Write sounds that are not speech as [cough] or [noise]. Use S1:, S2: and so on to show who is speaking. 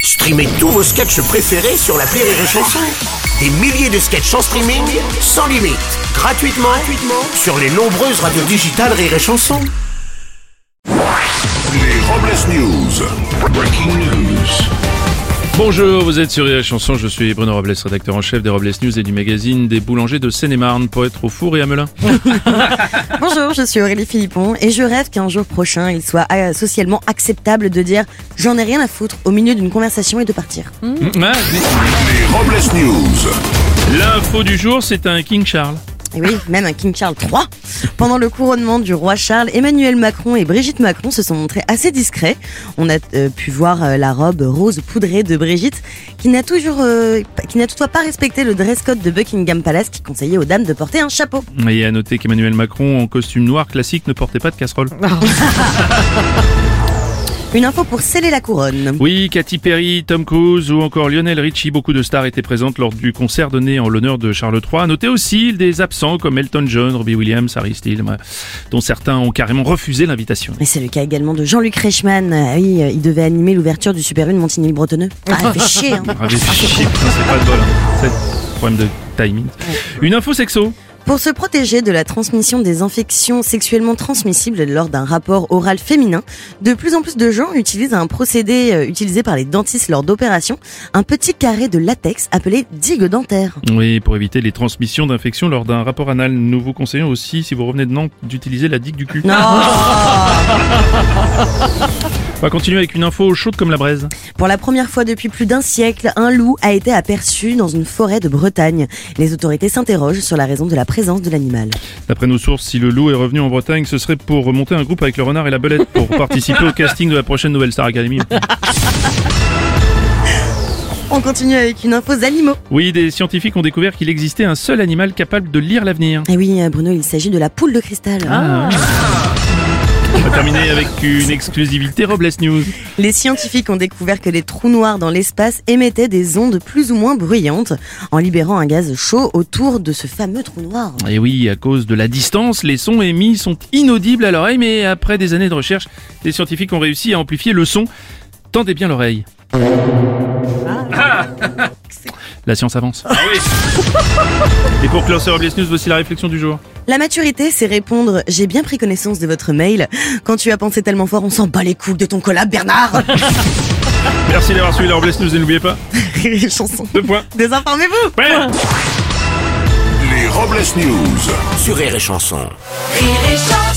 S1: Streamez tous vos sketchs préférés sur la Rire et Chanson. Des milliers de sketchs en streaming, sans limite, gratuitement, gratuitement sur les nombreuses radios digitales Rire et Chanson.
S2: Les Robles News. Breaking news.
S3: Bonjour, vous êtes sur Rire et Chanson, je suis Bruno Robles, rédacteur en chef des Robles News et du magazine des boulangers de Seine-et-Marne, poète au four et à Melun.
S4: Bonjour, je suis Aurélie Philippon et je rêve qu'un jour prochain, il soit euh, socialement acceptable de dire j'en ai rien à foutre au milieu d'une conversation et de partir.
S3: Ah,
S2: Les Robles News.
S3: L'info du jour, c'est un King Charles.
S4: Et oui, même un King Charles III. Pendant le couronnement du roi Charles, Emmanuel Macron et Brigitte Macron se sont montrés assez discrets. On a euh, pu voir euh, la robe rose poudrée de Brigitte, qui n'a toujours, euh, qui n'a toutefois pas respecté le dress code de Buckingham Palace, qui conseillait aux dames de porter un chapeau.
S3: Et à noter qu'Emmanuel Macron, en costume noir classique, ne portait pas de casserole.
S4: Une info pour sceller la couronne.
S3: Oui, Katy Perry, Tom Cruise ou encore Lionel Richie, beaucoup de stars étaient présentes lors du concert donné en l'honneur de Charles III. Notez aussi des absents comme Elton John, Robbie Williams, Harry Steele, ouais, dont certains ont carrément refusé l'invitation.
S4: Mais c'est le cas également de Jean-Luc Reichmann. Ah oui, euh, il devait animer l'ouverture du Super 1 Montigny-le-Bretonneux. Ah, il fait chier, hein.
S3: Ah, mais c'est chier, putain, c'est pas de bol, hein. C'est un problème de timing. Une info sexo.
S4: [laughs] Pour se protéger de la transmission des infections sexuellement transmissibles lors d'un rapport oral féminin, de plus en plus de gens utilisent un procédé euh, utilisé par les dentistes lors d'opérations, un petit carré de latex appelé digue dentaire.
S3: Oui, pour éviter les transmissions d'infections lors d'un rapport anal, nous vous conseillons aussi, si vous revenez de Nantes, d'utiliser la digue du cul. [laughs] On va continuer avec une info chaude comme la braise.
S4: Pour la première fois depuis plus d'un siècle, un loup a été aperçu dans une forêt de Bretagne. Les autorités s'interrogent sur la raison de la présence de l'animal.
S3: D'après nos sources, si le loup est revenu en Bretagne, ce serait pour remonter un groupe avec le renard et la belette pour participer au casting de la prochaine Nouvelle Star Academy.
S4: On continue avec une info animaux.
S3: Oui, des scientifiques ont découvert qu'il existait un seul animal capable de lire l'avenir.
S4: Eh oui, euh, Bruno, il s'agit de la poule de cristal.
S3: On va terminer avec une exclusivité Robles News.
S4: Les scientifiques ont découvert que les trous noirs dans l'espace émettaient des ondes plus ou moins bruyantes en libérant un gaz chaud autour de ce fameux trou noir.
S3: Et oui, à cause de la distance, les sons émis sont inaudibles à l'oreille, mais après des années de recherche, les scientifiques ont réussi à amplifier le son. Tendez bien l'oreille. Ah. La science avance. [laughs] Et pour clore ce Robles News, voici la réflexion du jour.
S4: La maturité, c'est répondre J'ai bien pris connaissance de votre mail. Quand tu as pensé tellement fort, on s'en bat les couilles de ton collab, Bernard
S3: Merci d'avoir suivi la Robles News et n'oubliez pas,
S4: Chanson.
S3: deux points.
S4: Désinformez-vous
S3: Ouais.
S2: Les Robles News.
S1: Sur Rire et Chanson.
S5: Rire et chanson.